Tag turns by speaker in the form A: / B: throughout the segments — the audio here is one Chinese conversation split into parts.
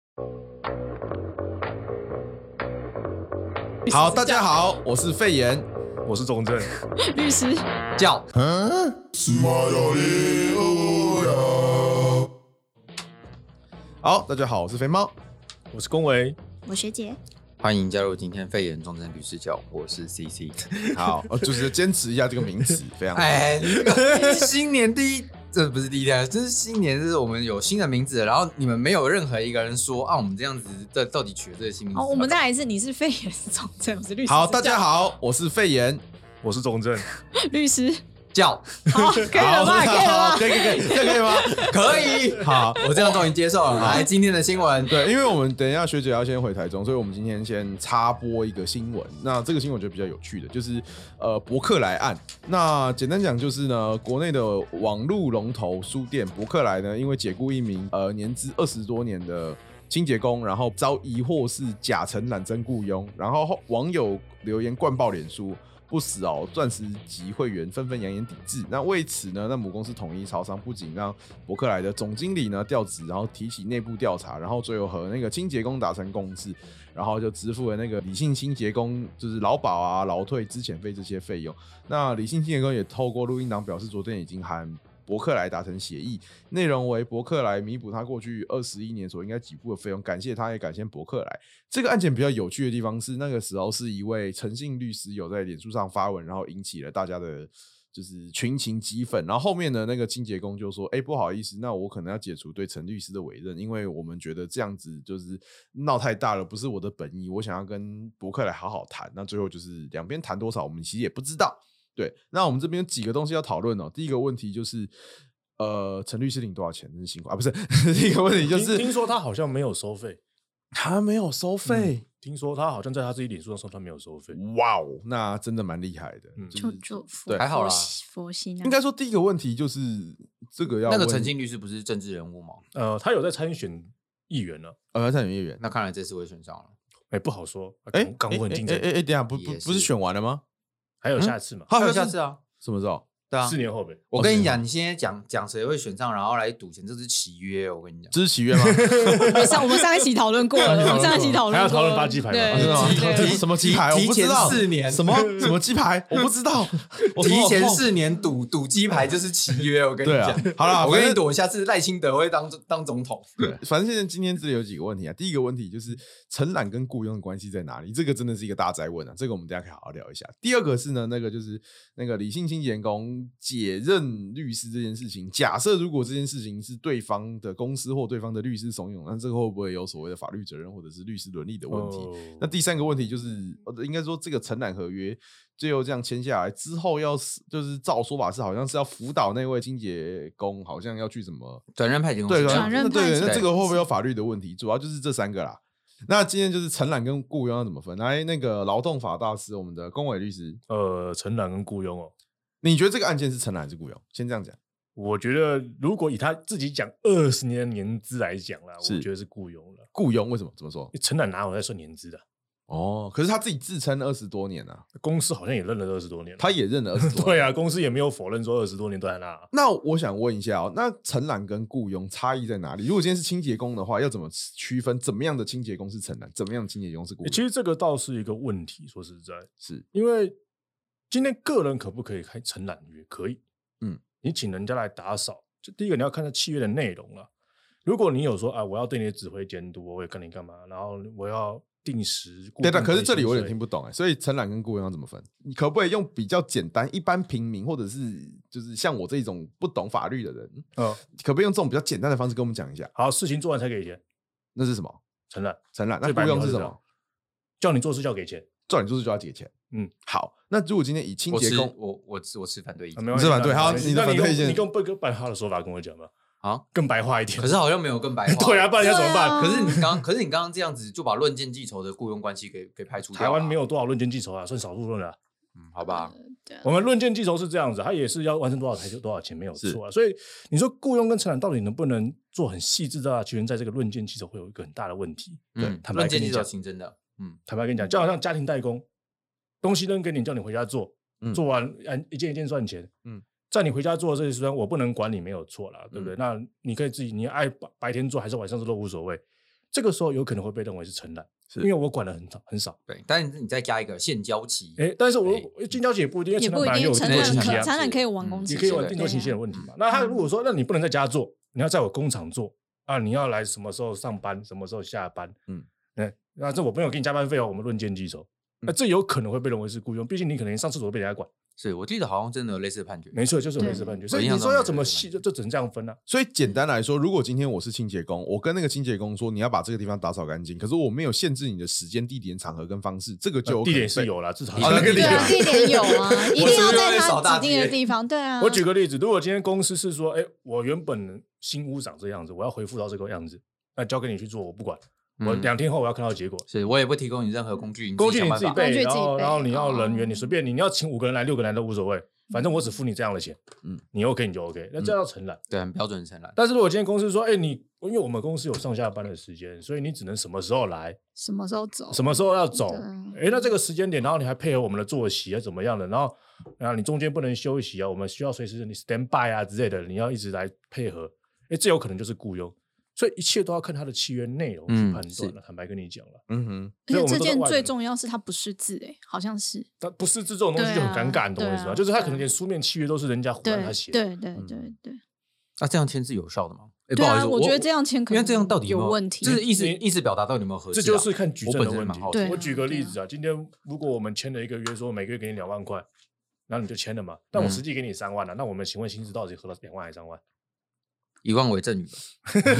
A: 好，大家好，我是肺炎
B: 我是钟正，
C: 律师，
A: 叫，好，大家好，我是肥猫。
B: 我是恭维。
C: 我学姐，
D: 欢迎加入今天肺炎重症律师角，我是 CC。
A: 好， 我就是坚持一下这个名词，非常好。
D: 哎，这个新年第一，这不是第一天，这是新年，这是我们有新的名字，然后你们没有任何一个人说啊，我们这样子，这到底取了这个新名字？
C: 好，哦我们再来一次，你是肺炎重症，我是律师。
A: 好，大家，好，我是肺炎
B: 我是 钟正，
C: 律师，
D: 叫
C: 好，可以了吧？可以了吧？
A: 可以可以可以可以可以吗？
D: 可 以。
A: 好，
D: 我这样终于接受了。来，今天的新闻，
A: 对，因为我们等一下学姐要先回台中，所以我们今天先插播一个新闻。那这个新闻我觉得比较有趣的，就是呃博客来案。那简单讲就是呢，国内的网络龙头书店博客来呢，因为解雇一名呃年资二十多年的。清洁工，然后遭疑惑是假承揽真雇佣，然后后网友留言灌爆脸书，不死哦，钻石级会员纷纷扬言抵制。那为此呢，那母公司统一超商不仅让伯克莱的总经理呢调职，然后提起内部调查，然后最后和那个清洁工达成共识，然后就支付了那个理性清洁工就是劳保啊、劳退、资遣费这些费用。那理性清洁工也透过录音档表示，昨天已经和伯克莱达成协议，内容为伯克莱弥补他过去二十一年所应该给付的费用，感谢他，也感谢伯克莱。这个案件比较有趣的地方是，那个时候是一位诚信律师有在脸书上发文，然后引起了大家的就是群情激愤。然后后面呢，那个清洁工就说：“哎、不好意思，那我可能要解除对陈律师的委任，因为我们觉得这样子就是闹太大了，不是我的本意，我想要跟伯克莱好好谈。”那最后就是两边谈多少，我们其实也不知道。对，那我们这边有几个东西要讨论哦。第一个问题就是，呃，陈律师领多少钱？真是辛苦啊！不是， 第一个问题就
B: 听听
A: 是
B: 说他好像没有收费，
A: 他没有收费。
B: 听说他好像在他自己脸书上说他没有收费。
A: 哇哦，那真的蛮厉害的。
B: 嗯
A: 就
C: 就是就佛
A: 对
D: 还好啦
C: 佛心啊，
A: 应该说第一个问题就是这个要
D: 那个
A: 问
D: 陈信律师不是政治人物吗？
B: 呃，他有在参选议员了，
A: 呃参选议员。
D: 那看来这次我也选上了。
B: 哎，不好说。
A: 哎，
D: 哦
B: 港股很竞
A: 哎哎嗯
B: 争，
A: 哎，等一下不不
D: 也
A: 不是
D: 是
A: 选完了吗？
B: 还有下次嘛？
D: 还有下次啊，哦
A: 什么时候？
D: 对啊
B: 四。年后呗。
D: 我跟你讲，你现在讲讲谁会选上，然后来赌钱，这是契约。我跟你讲，
A: 这是七月 吗？
C: 我们上我们上一期讨论过了，我们上一期讨论过了，
B: 还要讨论八鸡排吗
C: 对
B: 啊真
D: 哎
B: 的吗
C: 对对
A: 什 么什么鸡排？我
D: 提
A: 不知道
D: 提前四年
A: 什么什么鸡 排？我不知道。我
D: 提前
A: 四。
D: 四年赌赌鸡排就是契约，我跟你
A: 对啊
D: 讲。
A: 好啦
D: 我
A: 反
D: 跟
A: 正
D: 你赌，我下次赖清德会当当总统。
A: 对，反正现在今天这里有几个问题啊。第一个问题就是承揽跟雇佣的关系在哪里？这个真的是一个大灾问啊，这个我们等一下可以好好聊一下。第二个是呢，那个就是那个理性清洁工解任律师这件事情，假设如果这件事情是对方的公司或对方的律师怂恿，那这个会不会有所谓的法律责任或者是律师伦理的问题？
B: 哦
A: 那第三个问题就是，呃应该说这个承揽合约最后这样签下来之后要是，就是照说法是好像是要辅导那位清洁工，好像要去什么
D: 转任派遣公
A: 对
D: 司，
A: 对
C: 转
A: 那
C: 任派
A: 对，
C: 遣
A: 那这
D: 公
A: 个会不会有法律的问题？主要就是这三个啦。那今天就是承揽跟雇佣要怎么分？来，那个劳动法大师，我们的龚伟律师，
B: 呃，承揽跟雇佣哦，
A: 你觉得这个案件是承揽还是雇佣？先这样讲，
B: 我觉得如果以他自己讲二十年的年资来讲啦，
A: 是
B: 我觉得是雇佣了。
A: 雇佣为什么？怎么说？
B: 承揽哪有在算年资的？
A: 哦，可是他自己自称二十多年啊，
B: 公司好像也认了二十多年了，
A: 他也认了二 十多。
B: 对啊，公司也没有否认说二十多年都在那。啊
A: 那我想问一下哦，那承揽跟雇佣差异在哪里？如果今天是清洁工的话，要怎么区分？怎么样的清洁工是承揽？怎么样的清洁工是雇
B: 欸
A: 佣？
B: 其实这个倒是一个问题，说实在，
A: 是
B: 因为今天个人可不可以开承揽约？可以，
A: 嗯，
B: 你请人家来打扫，就第一个你要看这契约的内容了。如果你有说啊，我要对你的指挥监督，我也跟你干嘛，然后我要定时固
A: 对的，
B: 定的，
A: 可是这里我有点听不懂哎，所以承揽跟雇佣要怎么分？你可不可以用比较简单，一般平民或者是就是像我这种不懂法律的人，
B: 不嗯，
A: 可不可以用这种比较简单的方式跟我们讲一下？
B: 好，事情做完才给钱，
A: 那是什么
B: 承揽。
A: 承揽？那
B: 最白
A: 雇佣
B: 明
A: 是什
B: 就这
A: 么
B: 样？？叫你做事就要给钱，
A: 照理就是就要给钱。
B: 嗯，
A: 好，那如果今天以清
D: 我
A: 洁
D: 持
A: 工，
D: 我我持我持反对意
B: 啊、
D: 见。
B: 没
A: 你
B: 关
A: 是
B: 系啊。
A: 反对
B: 没
A: 好
B: 关系
A: 你的
B: 那
A: 反
B: 用
A: 对意见
B: 你用更白话的说法跟我讲吧，
D: 好，
B: 更白话一点
D: 可。是好像没有更白话。
B: 对啊，不然要怎么办？
C: 对啊
D: 可是你刚，可是你刚刚这样子就把论件记仇的雇佣关系给给排除掉。啊
B: 台湾没，有多少论件记仇啊，算少部分了。
D: 嗯，好吧。
B: 我们论件计酬是这样子，它也是要完成多少台就多少钱，没有错啊。所以你说雇佣跟承揽到底能不能做很细致的啊？其实在这个论件计酬会有一个很大的问题。
D: 嗯，
B: 坦白
D: 论
B: 跟
D: 件记
B: 你
D: 仇
B: 讲，
D: 行真的，嗯，
B: 坦白跟你讲，就好像家庭代工，东西扔给你，叫你回家做，
A: 嗯
B: 做完按一件一件算钱，
A: 嗯
B: 嗯。在你回家做的这些事
C: 嗯
B: 情，我不能管你，没有错啦，对不对？那你可以自己，你爱白白天做还是晚上做都无所谓。这个时候有可能会被认为是承揽，
D: 是
B: 因为我管的很少很少。
D: 对，但是你再加一个现交期，
B: 哎，但是我
D: 哎
B: 金交期也不一定，因为
C: 也
B: 承
C: 不
B: 揽
C: 一
B: 本来就有
C: 定承
B: 定
C: 揽
B: 做期
C: 可
B: 啊，
C: 承揽可以有完工期
B: 也
D: 也
B: 可以
C: 限
B: 有
D: 是
B: 定做
C: 对
B: 期
C: 啊
B: 限的问题嘛。那他如果
D: 嗯
B: 说，那你不能在家做，你要在我工厂做啊，你要来什么时候上班，什么时候下班，
A: 嗯
B: 嗯，哎，那这我没有给你加班费哦，我们论件计酬。
D: 嗯
B: 那这有可能会被认为是雇佣，毕竟你可能连上厕所都被人家管。
D: 是我记得好像真的有类似的判决，
B: 没错，就是有
C: 对
B: 类似判决。所
D: 我
B: 以
D: 印
B: 你
D: 象
B: 说
D: 中
B: 要
D: 有
B: 怎
D: 类
B: 么
D: 似
B: 细，
D: 判
B: 就就只能这样分了、啊
A: 所以简单来说，如果今天我是清洁工，我跟那个清洁工说你要把这个地方打扫干净，可是我没有限制你的时间、地点、场合跟方式，这个就有
B: 呃地点
A: 可能
B: 是
A: 被。
B: 有啦，至少
D: 啊那个
C: 对
D: 地
C: 啊，
D: 点
C: 地点有 啊，一定要在
D: 我是不是扫
C: 它
D: 大
C: 指定的
D: 街
C: 地方。对啊，
B: 我举个例子，如果今天公司是说，哎、我原本新屋长这样子，我要回复到这个样子，那交给你去做，我不管，我
D: 嗯
B: 两天后我要看到结果。
D: 是我也不提供你任何工具，
B: 工具
D: 想
B: 你
D: 办
B: 自己
D: 法
C: 工具
B: 备，
C: 自
B: 然
C: 己
B: 后
C: 备
B: 然后你要人员，你
C: 哦
B: 随便你，你要请五个人来，六个人来都无所谓，反正我只付你这样的钱，
A: 嗯
B: 嗯，你 OK 你就 OK，那这叫承揽。
D: 对，很标准的承揽。
B: 但是如果今天公司说，哎、你因为我们公司有上下班的时间，所以你只能什么时候来，
C: 什么时候走？
B: 什么时候要走？
C: 对啊
B: 哎，那这个时间点，然后你还配合我们的作息啊，怎么样的？然后，然后你中间不能休息啊，我们需要随时你 stand by 啊之类的，你要一直来配合。哎，这有可能就是雇佣，所以一切都要看他的契约内容去
D: 嗯
B: 判断了。坦白跟你讲了，
A: 嗯哼，
C: 而
B: 所以我们都
C: 且这
B: 在
C: 件
B: 外
C: 最
B: 人
C: 重要是它不识字，哎，好像是。
B: 但不是这种东西就很尴尬，你懂我意思
C: 对
B: 吗？
C: 啊
B: 就是他可能连书面契约都是人家胡乱
C: 对
B: 他写，嗯的，
C: 对对对对。
D: 那啊这样签是有效的吗？哎，不
C: 对
D: 好意
C: 啊，
D: 思，
C: 我觉得这样签可
D: 因为
C: 能
D: 这样到底有没
C: 有问题，
D: 就是意思
B: 你
D: 意思表达到底有没有合适
B: 这
D: 啊？
B: 就是看举
D: 我
B: 证
D: 本
B: 的
D: 身
B: 问
D: 蛮
B: 题
D: 好。奇
C: 对
B: 我
C: 啊
B: 举个例子啊，今天如果我们签了一个约，说每个月给你两万块，然后你就签了嘛，但我
D: 嗯
B: 实际给你三万了、那我们请问薪资到底合到两万还是三 万？
D: 一万为赠与吧，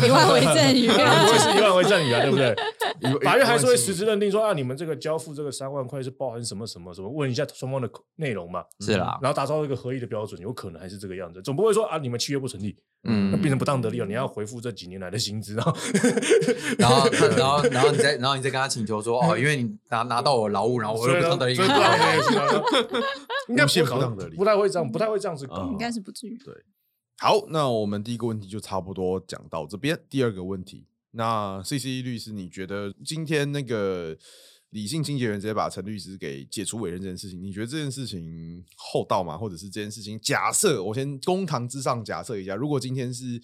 C: 以外为赠 与。
B: 不会是一万回赠与啊，对不 对？
A: 一万
B: 法院还是会实质认定说啊，你们这个交付这个三万块是包含什么什么什么？问一下双方的内容嘛，
D: 是啦，
B: 然后达到一个合一的标准，有可能还是这个样子，总不会说啊，你们契约不成立，
D: 嗯
B: 那变成不当得利了，你要回复这几年来的薪资，然后
D: 然后他然后然后你再然后你再跟他请求说哦，因为你拿拿到我劳务，然后我又不当得一
B: 嗯所以 呢所以不当得
D: 个，
B: 利是吧应该
A: 无限
B: 不可
A: 不
B: 能
A: 当得利
B: 不太会这样，不太会这样子搞。
A: 嗯
C: 应该是不至于。
A: 好，那我们第一个问题就差不多讲到这边。第二个问题，那 C C 律师，你觉得今天那个理性清洁员直接把陈律师给解除委任这件事情，你觉得这件事情厚道吗？或者是这件事情，假设我先公堂之上假设一下，如果今天是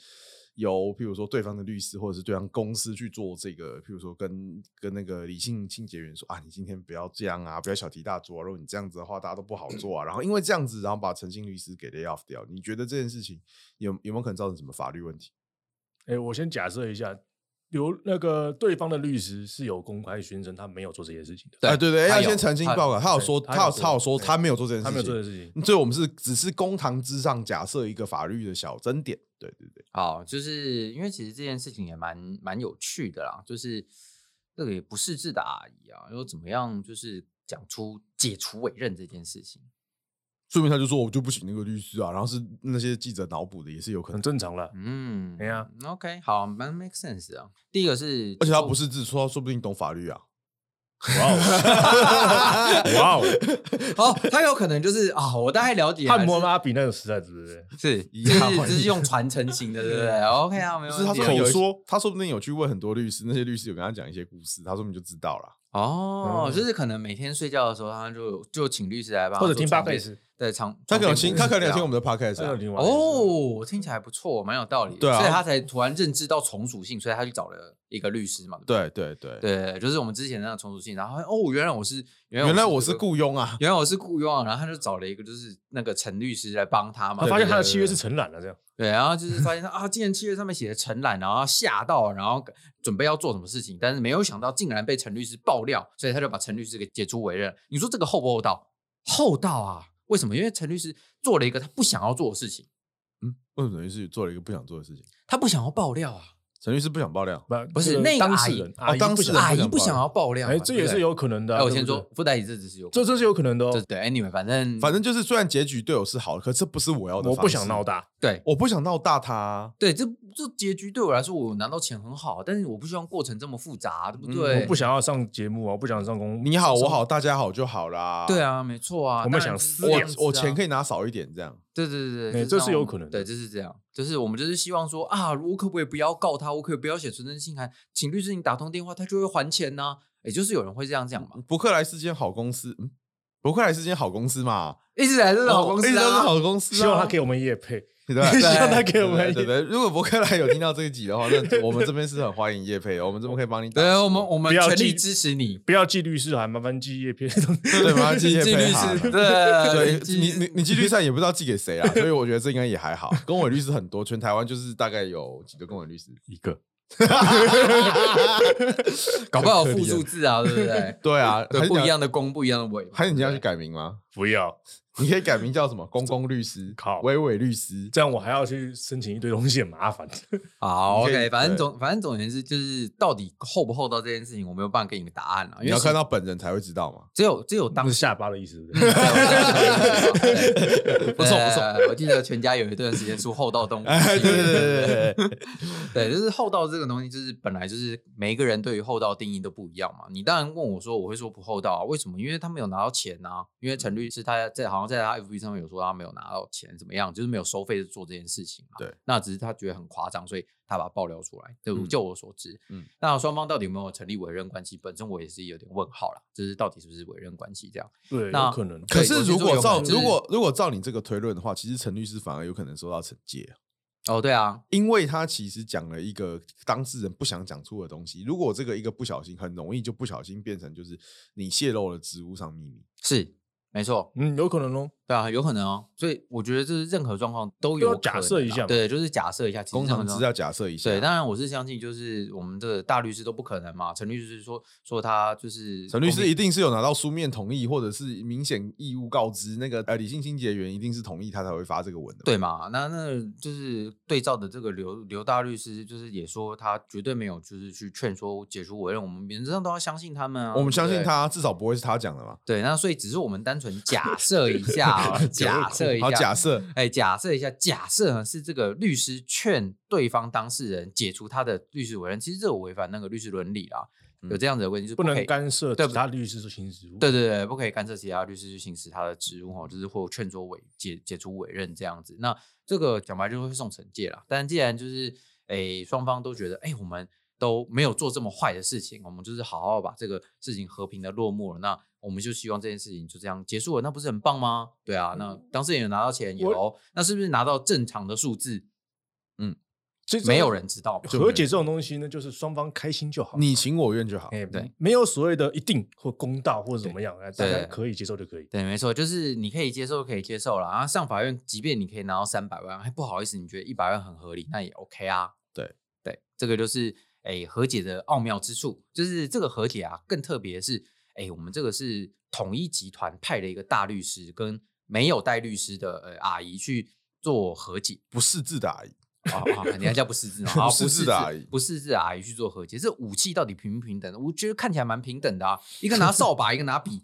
A: 由譬如说对方的律师或者是对方公司去做这个，譬如说跟跟那个理性清洁员说啊，你今天不要这样啊，不要小题大做啊，如果你这样子的话，大家都不好做啊。然后因为这样子，然后把陈信律师给 lay off 掉，你觉得这件事情？有有没有可能造成什么法律问题？
B: 哎，我先假设一下，有那个对方的律师是有公开宣称他没有做这些事情的，
D: 对
A: 哎对对，
D: 他
A: 要
D: 有
A: 先澄清
D: 他有
A: 报告。他有
B: 对
A: 说，
B: 他
A: 他有
B: 有
A: 他有说
B: 对
A: 他没有做这件事情，
B: 他没有做这些事情。
A: 所以我们是只是公堂之上假设一个法律的小争点。对对对，
D: 好，就是因为其实这件事情也蛮蛮有趣的啦，就是这个也不识字的阿姨啊，又怎么样，就是讲出解除委任这件事情，
A: 说明他就说我就不请那个律师啊，然后是那些记者脑补的，也是有可
B: 很
A: 能。
B: 正常了，
D: 嗯，
B: 对啊
D: ，OK，好，蛮 make sense 的啊。第一个是，
A: 而且他不是自说，说不定懂法律啊。
B: 哇哦， 哇哦，
D: 哦，他有可能就是啊，我大概了 解
B: 汉摩
D: 还是
B: 拉比那个时代，对不对？
D: 是，
A: 一
D: 就是
A: 样
B: 啊
D: 就是用传承型的，对不 对？OK 啊，没
A: 不
D: 有
A: 是他
D: 问题
A: 说
D: 啊。
A: 有
B: 口说，
A: 他说不定有去问很多律师，那些律师有跟他讲一些故事，他说你就知道了。
D: 哦，
B: 嗯
D: 就是可能每天睡觉的时候，他就就请律师来帮他
B: 或者
D: 做
B: 听巴
D: 床
B: 菲
D: 边，
B: 斯，
D: 对，长
A: 他可能有听，他可能有听我
D: 们。
A: 们的 podcast
B: 这个
A: 啊。
B: 另外一个
D: 哦，听起来不错，蛮有道理。
A: 对啊
D: 所以他才突然认知到从属性，所以他去找了一个律师嘛。对
A: 对对对
D: 不，对，对，就是我们之前那个从属性。然后哦，原来我是
A: 原来我
D: 这
A: 是
D: 个，
A: 雇佣啊。
D: 原来我是雇佣啊，然后他就找了一个就是那个陈律师来帮他嘛。
B: 他发现
D: 对
B: 他的
D: 对
B: 契约
D: 对
B: 是承揽了，这样
D: 对，然后就是发现说啊，竟然契约上面写的承揽，然后吓到，然后准备要做什么事情，但是没有想到竟然被陈律师爆料，所以他就把陈律师给解除委任。你说这个厚不厚道？厚道啊！为什么？因为陈律师做了一个他不想要做的事情，
A: 嗯，为什么律师做了一个不想做的事情？
D: 他不想要爆料啊。
A: 陈律师不想爆料。
B: 不
D: 不是
B: 这个
D: 那个
B: 当
D: 阿
B: 事
D: 姨
B: 人，
A: 哦当事
B: 不
A: 人
B: 想
D: 阿
A: 不
D: 姨
A: 想
D: 不想
A: 爆
D: 要爆料嘛，
B: 哎，这也
D: 对不
B: 是
D: 对。
B: 有可能的啊。
D: 哎，我
B: 对
D: 先
B: 不对
D: 说，，附带一这只是有，
B: 这这是有可能的
D: 这
B: 哦。
D: 对 anyway，反正
A: 反正就是，虽然结局对我是好的，可这不是我要的。
B: 我不想闹，大，
D: 对
A: 我不想闹大他啊。
D: 对，这这结局对我来说，我拿到钱很好，但是我不希望过程这么复杂，对不
B: 嗯
D: 对？
B: 我不想要上节目啊，我不想上公。
A: 你好，我好，大家好就好啦。
D: 对，啊，没错啊，
B: 我们
D: 当然
B: 想
D: 是
B: 私
D: 这
B: 了
D: 样子
A: 我我
D: 啊
A: 钱可以拿少一点，这样。
D: 对对对
B: 哎
D: 对，
B: 这
D: 让
B: 是有
D: 我们
B: 可能的
D: 对，就是这样，就是我们就是希望说啊，我可不可以不要告他，我可不可以不要写存真信函，请律师你打通电话，他就会还钱呐、也就是有人会这样讲嘛，
A: 伯克莱是间好公司，嗯，伯克莱是间好公司嘛，哦
D: 一直以来都是好公
A: 一
D: 司
A: 直都是
D: 啊，
A: 好公司啊。
B: 希望他给我们业配，？
A: 对吧
B: 希望他给
A: 对
B: 我们
A: 对对
B: 一
A: 对，如果伯克莱有听到这一集的话，那我们这边是很欢迎叶配哦，我们这边可以帮你打
D: 对，
B: 啊
A: 折。
D: 我们我们
B: 不要
D: 全力
B: 记
D: 支持你，
B: 不要寄律师函，麻烦寄叶片。
A: 对麻烦寄叶
D: 纪律
A: 配函
D: 是，
A: 啊。 对
D: 对
A: 你你你寄律师也不知道寄给 谁啊，所以我觉得这应该也还好。跟我律师很多，全台湾就是大概有几个跟我律师，？
B: 一个
D: 搞不好有复数字啊，对不对
A: 对啊，还
D: 对，
A: 是
D: 不
A: 你要
D: 一样的公，不一样的尾，
A: 还是你要去改名吗？
B: 不要，
A: 你可以改名叫什么？公公律 师、
B: 靠
A: 伟伟律师。
B: 这样我还要去申请一堆东西，很麻 烦。
D: 好
A: 你可以
D: ，OK，反正
A: 对
D: 总反正总而言之，就是到底厚不厚道这件事情，我没有办法给你们答案了、啊，
A: 你
D: 因
A: 要
D: 为
A: 看到本人才会知道嘛。
D: 只有只有当
B: 当
D: 时
B: 时下巴的意思， 对不
A: 嗯
B: 对
D: 不错不错，我记得全家有一段时间出厚道动物，
A: 哎， 对对对对对对，
D: 对，就是厚道这个东西，就是本来就是每一个人对于厚道定义都不一样嘛。你当然问我说，我会说不厚道啊？为什么？因为他没有拿到钱啊。因为陈律师他在好像在他 FB 上面有说他没有拿到钱，怎么样，就是没有收费做这件事情嘛。
A: 对，
D: 那只是他觉得很夸张，所以他把它爆料出来。对，
A: 嗯
D: 就我所知，
A: 嗯
D: 嗯，那双方到底有没有成立委任关系，本身我也是有点问号啦，就是到底是不是委任关系这样？
B: 对，
D: 那
B: 有可能。
A: 可
D: 对
A: 是
D: 我觉
A: 如
D: 得这
A: 果
D: 有
A: 照
D: 可能
A: 如果如果照你这个推论的话，其实陈律师反而有可能受到惩戒，
D: 哦，对啊，
A: 因为他其实讲了一个当事人不想讲出的东西。如果这个一个不小心，很容易就不小心变成就是你泄露了职务上秘密。
D: 是没错，
B: 嗯，有可能哦。
D: 对啊，有可能哦。所以我觉得这是任何状况都
B: 都
D: 有
B: 要假
D: 可能
B: 设一
D: 啊
B: 下嘛，
D: 对，就是假设一下，其实
A: 工
D: 任何
A: 厂
D: 状
A: 资料假设一下，
D: 对，当然我是相信，就是我们的大律师都不可能嘛。陈律师说说他就是
A: 陈律师
D: 公
A: 一
D: 民
A: 定是有拿到书面同意，或者是明显义务告知那个呃理性清洁员一定是同意他才会发这个文的。
D: 对嘛？那那就是对照的这个刘刘大律师，就是也说他绝对没有就是去劝说解除委任，我们原则上都要相信他们啊。
A: 我们
D: 对不
A: 相信
D: 对。
A: 他，至少不会是他讲的嘛。
D: 对，那所以只是我们单纯假设一下 哦假设一
A: 好，
D: 下，
A: 假 设
D: 哎，假设一下，假设呢是这个律师劝对方当事人解除他的律师委任，其实这有违反那个律师伦理啦，有这样子的问题，就是
B: 嗯不
D: 可
B: 能
D: 以
B: 干涉
D: 对
B: 其他律师执行职务。
D: 对对对，不可以干涉其他律师去行使他的职务哦，就是或劝说委解解除委任这样子。那这个讲白就是会送惩戒啦。但既然就是诶双方都觉得诶我们都没有做这么坏的事情，我们就是好好把这个事情和平的落幕了，那我们就希望这件事情就这样结束了，那不是很棒吗？对啊，那当事人有拿到钱有，那是不是拿到正常的数字？
B: 其实
D: 没有人知道嘛。
A: 就没
B: 和
A: 有
B: 解这种东西呢，就是双方开心就好。
A: 你情我愿就好。
B: 哎，
D: 对，
B: 没有所谓的一定或公道或者怎么样，哎大
D: 对
B: 家可以接受就可以。
D: 对，没错，就是你可以接受，可以接受了。然后上法院，即便你可以拿到三百万，还哎不好意思，你觉得一百万很合理，那也 OK 啊。
A: 对
D: 对，这个就是诶和解的奥妙之处，就是这个和解啊，更特别是诶我们这个是统一集团派的一个大律师跟没有带律师的呃阿姨去做和解。
A: 不识字的阿姨，
D: 啊啊！你还叫不识字 呢？啊，
A: 不识字的阿姨
D: 不识字的阿姨去做和解，这武器到底平不平等？我觉得看起来蛮平等的啊，一个拿扫把，一个 拿笔，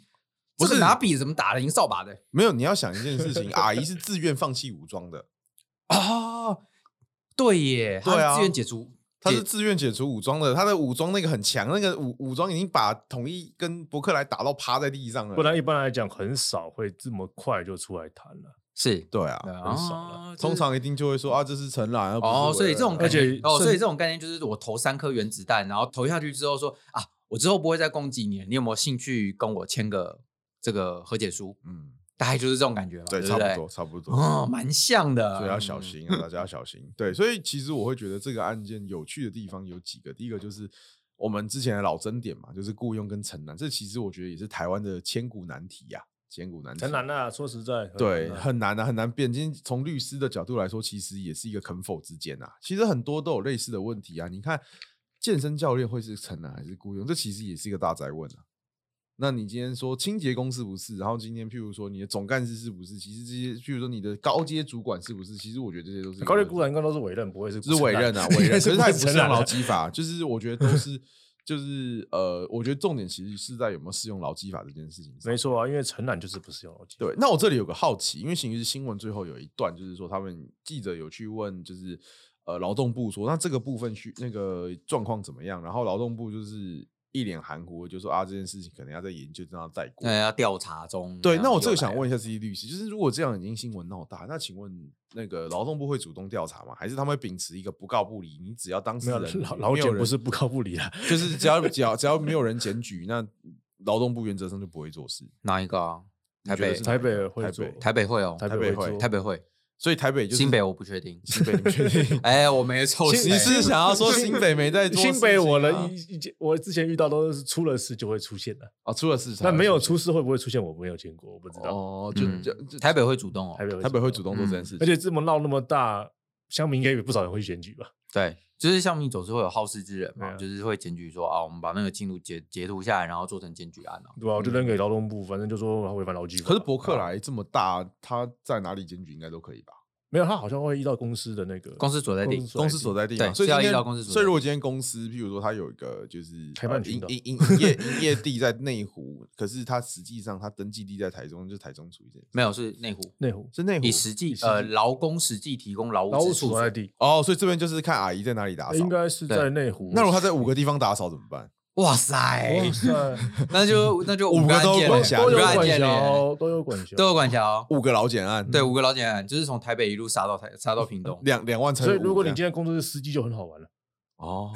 A: 不
D: 这个
A: 是
D: 拿笔怎么打得赢扫把的？
A: 没有你要想一件事情，阿姨是自愿放弃武装的，
D: 啊，对耶，他
A: 对啊
D: 自愿解除，
A: 她是
D: 解
A: 自愿解除武装的，她的武装那个很强，那个武武装已经把统一跟伯克莱打到趴在地上了。
B: 不然一般来讲，很少会这么快就出来谈了。
D: 是
A: 对啊，
D: 啊
B: 很少了
A: 通常一定就会说啊，这是陈兰，而不是啊哎
D: 哦，
A: 我
D: 所以这种
B: 而
D: 感
B: 且
D: 觉哦，
B: 甚
D: 所以这种概念就是我投三颗原子弹，然后投下去之后说啊，我之后不会再攻击你了，你有没有兴趣跟我签个这个和解书？
A: 嗯，
D: 大概就是这种感觉嘛，对
A: 对，
D: 不
A: 差
D: 对，
A: 不多，差不多。
D: 哦，蛮像的，
A: 所以要小
D: 嗯。
A: 心啊，大家要小心。对，所以其实我会觉得这个案件有趣的地方有几个，第一个就是我们之前的老争点嘛，就是雇佣跟承揽，这其实我觉得也是台湾的千古难题呀、千古难题。
B: 陈楠啊，说实在，很
A: 嗯对，
B: 难啊
A: 很难啊，很难辩。今天从律师的角度来说，其实也是一个肯否之间啊。其实很多都有类似的问题啊。你看，健身教练会是承揽还是雇佣，这其实也是一个大灾问啊。那你今天说清洁工是不是？然后今天譬如说你的总干事是不是？其实这些，譬如说你的高阶主管是不是？其实我觉得这些都是
B: 高
A: 阶
B: 阶主管应该都是委任，不会是
A: 是委任啊，
B: 承揽
A: 委任。可是他也不
B: 承
A: 是
B: 揽
A: 用
B: 啊
A: 劳基法，就是我觉得都是，就是呃，我觉得重点其实是在有没有适用劳基法这件事情上。
B: 没错啊，因为承揽就是不适用逻辑。
A: 对，那我这里有个好奇，因为《刑事新闻》最后有一段，就是说他们记者有去问，就是呃劳动部说，那这个部分去那个状况怎么样？然后劳动部就是一脸含糊，就说啊这件事情可能要再研究，这样再过。
D: 哎
B: 哎
D: 对，要调查中。
A: 对，
D: 样
A: 那我
D: 又
A: 这个
D: 来
A: 想
D: 了
A: 问一下 C 律师，就是如果这样已经新闻闹大，那请问那个劳动部会主动调查吗？还是他们会秉持一个不告不离？你只要当事
B: 没有
A: 人
B: 老
A: 没
B: 老
A: 有
B: 简不
A: 人
B: 是不靠不理啊，
A: 就是只 要只要只要没有人检举，那劳动部原则上就不会做事。
D: 哪一个啊？
A: 你
D: 台
A: 觉得
D: 北
A: 是哪
B: 台
A: 一个
B: 北会
A: 台
B: 做
A: 北
D: 台北会哦，
B: 台
A: 台
B: 北
A: 北
B: 会
A: 会
B: 做
D: 台北会
A: 所以台北就是
D: 新北我不确定，
A: 新 北你确 定？
D: 哎，我没抽
A: 你
D: 谁，
A: 是想要说新北没在做事情啊？
B: 新北我的一一件我之前遇到都是出了事就会出现的，
A: 哦出了事才
B: 那
A: 会
B: 没有
A: 出
B: 出事会不会出现我没有见过，我不知
A: 现
B: 道。
A: 哦，就
D: 嗯
A: 就就
D: 台北会主动哦
B: 台，北
A: 台北会主动做这件
D: 嗯
A: 事
B: 而
A: 情，
B: 且这么闹那么大，乡民应该有不少人会去选举吧？
D: 对，就是像你总是会有好事之人嘛，
B: 对啊
D: 就是会检举说啊，我们把那个进度截截图下来，然后做成检举案哦。
B: 对吧？我就扔给劳动部，反正就说他违反劳基法。
A: 嗯可是伯克
B: 啊
A: 莱这么大，他在哪里检举应该都可以吧？
B: 没有，他好像会依照公司的那个
D: 公司所在地
B: 公司
A: 公司所在地
D: 对
A: 嘛，所以
D: 是要
A: 今天
D: 依照公司所在地
A: 所以如果今天公司，譬如说它有一个就是
B: 开办
A: 呃
B: 群
A: 营
B: 岛
A: 营营 营业营业地在内湖，可是它实际上它登记地在台中，就是台中属于这，
D: 没有是内湖，
B: 内湖
A: 是内湖
D: 以实际
B: 以实际
D: 呃劳工实际提供劳
B: 劳
D: 务
B: 务
D: 指
B: 署
D: 数
B: 所在地，
A: 哦，所以这边就是看阿姨在哪里打扫
B: 应。该是
D: 对
B: 在内湖。
A: 那如果他在五个地方打扫怎么办？
D: 哇塞
B: 哇，塞
D: 那就那就
A: 五个
D: 案
A: 都
D: 件
A: 管
D: 嘞
A: 辖哦
B: 都
D: 五
B: 有
D: 个案
B: 管
D: 件嘞
A: 欸
B: 辖，都有 管辖，
D: 都有管辖哦。
A: 五个老检案，，
D: 对，，五个老检案就是从台北一路杀到台杀到屏东
A: 两两万乘以
B: 哦所以如果
A: 五
B: 你今
A: 这样
B: 天工作是司机，就很好 玩了，
A: 哦，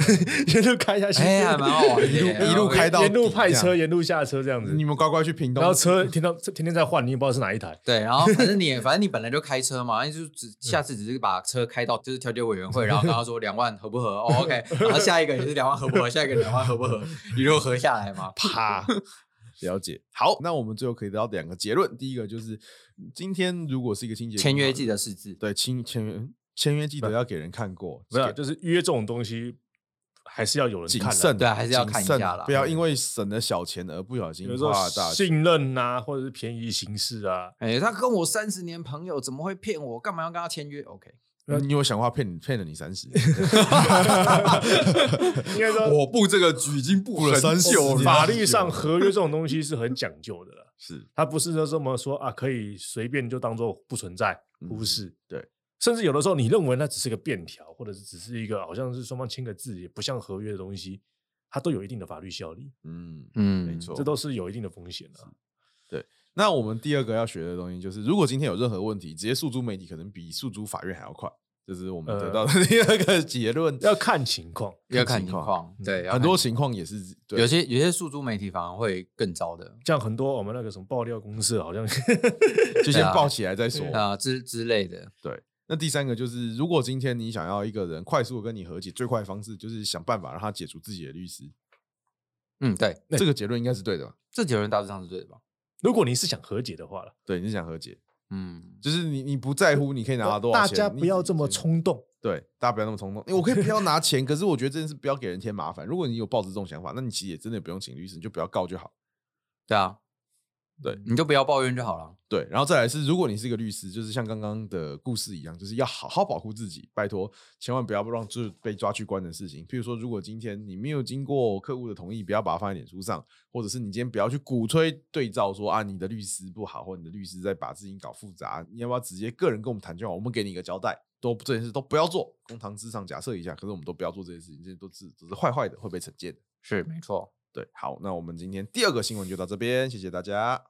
B: 沿路开下去，
D: 哎，还蛮好玩 的
A: 一路
D: 耶，
A: 一路开到
B: 沿路派
A: 这
B: 车，
A: 样
B: 沿路下车这样
D: 哦
B: 子，
A: 你们乖乖去屏东
B: 然后车天到天天在换，你也不知道是哪一台。
D: 对，然后反正你也反正你本来就开车嘛，那就只下次只是把车开到就是调解委员会，然后跟他 说两万合不合、哦、？OK，然后下一个也是两万合不合，下一个两万合不合，一路合下来嘛。
A: 啪。 了解，好，那我们最后可以得到两个结论。第一个就是，今天如果是一个清洁工
D: 签约
A: 啊
D: 记得四字，
A: 对，签签约签约记得要给人看过，
B: 不是啊，
A: 给
B: 就是约这种东西，还是要有人
A: 谨
B: 看
A: 慎啊，
B: 的。
D: 对啊还是要
A: 谨
D: 看一
A: 慎
D: 下
A: 啊
D: 啦
A: 不要因为省了小钱而不小心
B: 比如说
A: 花了大钱。
B: 信任呐、或者是便宜行 事啊，
D: 哎，他跟我三十年朋友，怎么会骗我？干嘛要跟他签约？OK，
A: 你有想过骗你骗了你三十年？
B: 应该说
D: 我布这个局已经布
A: 了30
B: 有
A: 年
B: 法律上合约这种东西是很讲究的啦，
A: 是
B: 它不是说这么说啊，可以随便就当做不存在、
A: 嗯
B: 忽视。
A: 对，
B: 甚至有的时候你认为那只是个便条，或者是只是一个好像是双方签个字，也不像合约的东西，它都有一定的法律效力，
A: 嗯，
D: 嗯
A: 没。错，
B: 这都是有一定的风险的、啊。
A: 那我们第二个要学的东西就是，如果今天有任何问题，直接诉诸媒体，可能比诉诸法院还要快。这是我们得到的 第二个结论。
B: 呃要看情况，
D: 要
A: 看
D: 看
A: 情
D: 情
A: 况
D: 况，嗯对，要
A: 很
D: 看
A: 多情况也是对
D: 有些有些诉诸媒体反而会更糟的
B: 像很多我们那个什么爆料公社，好像
A: 就先抱起来再说。
D: 啊、之之类的，
A: 那第三个就是，如果今天你想要一个人快速的跟你和解，最快的方式就是想办法让他解除自己的律师。
D: 嗯，对，
A: 这个结论应该是对的吧？
D: 这结论大致上是对的吧？
B: 如果你是想和解的话了，
A: 对，你是想和解，
D: 嗯，
A: 就是你你不在乎你可以拿到多少
B: 哦大
A: 钱，
B: 家
A: 你
B: 不要
A: 自己
B: 这么
A: 决定。
B: 冲动。
A: 对，大家不要那么冲动。因为我可以不要拿钱，可是我觉得这件事不要给人添麻烦。如果你有抱着这种想法，那你其实也真的不用请律师，你就不要告就好。
D: 对啊，
B: 嗯
A: 对
D: 你就不要抱怨就好了。
A: 对，然后再来是，如果你是一个律师，就是像刚刚的故事一样，就是要好好保护自己，拜托，千万不要让就是被抓去关的事情。譬如说，如果今天你没有经过客户的同意，不要把它放在脸书上，或者是你今天不要去鼓吹对照说啊，你的律师不好，或你的律师在把事情搞复杂，你要不要直接个人跟我们谈就好，我们给你一个交代，都这件事都不要做，公堂之上假设一下，可是我们都不要做这些事情，这些都是只是坏坏的，会被惩戒的。
D: 是没错。
A: 对，好，那我们今天第二个新闻就到这边，谢谢大家。